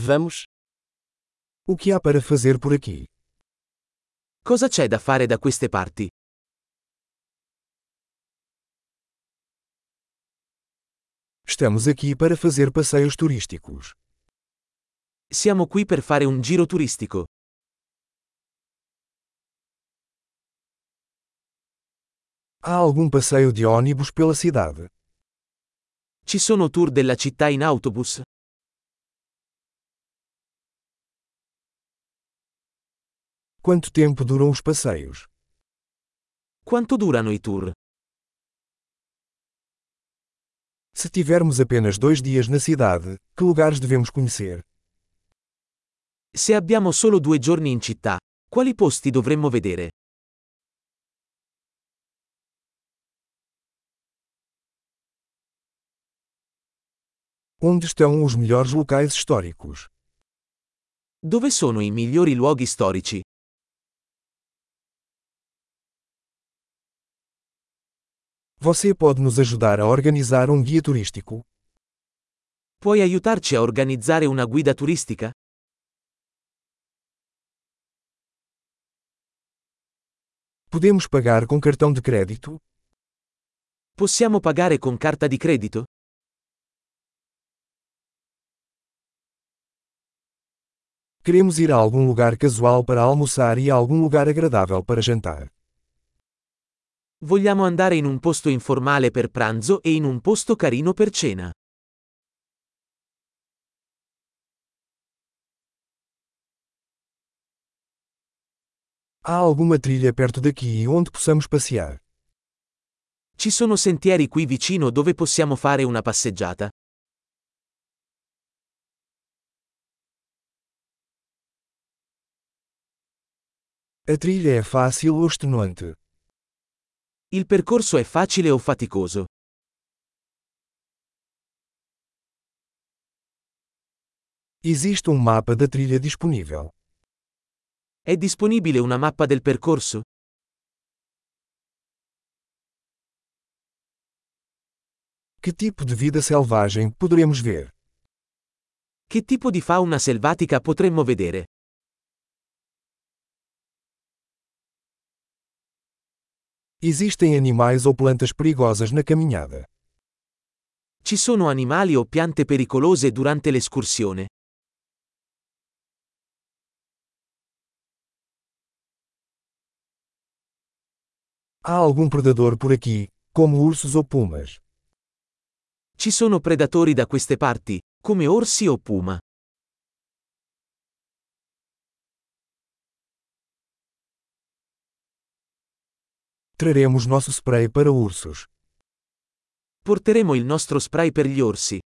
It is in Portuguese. Vamos. O que há para fazer por aqui? Cosa c'è da fare da queste parti? Estamos aqui para fazer passeios turísticos. Siamo qui per fare un giro turistico. Há algum passeio de ônibus pela cidade? Ci sono tour della città in autobus? Quanto tempo duram os passeios? Quanto durano i tour? Se tivermos apenas dois dias na cidade, que lugares devemos conhecer? Se abbiamo solo due giorni in città, quali posti dovremmo vedere? Onde estão os melhores locais históricos? Dove sono i migliori luoghi storici? Você pode nos ajudar a organizar um guia turístico? Puoi aiutarci a organizzare una guida turistica? Podemos pagar com cartão de crédito? Possiamo pagare con carta di credito? Queremos ir a algum lugar casual para almoçar e a algum lugar agradável para jantar. Vogliamo andare in un posto informale per pranzo e in un posto carino per cena. Há alguma trilha perto daqui onde possamos passear? Ci sono sentieri qui vicino dove possiamo fare una passeggiata? A trilha é fácil ou extenuante? Il percorso è facile o faticoso? Existe um mapa da trilha disponível. È disponibile una mappa del percorso? Que tipo de vida selvagem poderemos ver? Che tipo di fauna selvatica potremmo vedere? Existem animais ou plantas perigosas na caminhada. Ci sono animali o piante pericolose durante l'escursione? Há algum predador por aqui, como ursos ou pumas? Ci sono predatori da queste parti, come orsi o puma? Traremos nosso spray para ursos. Porteremo il nostro spray per gli orsi.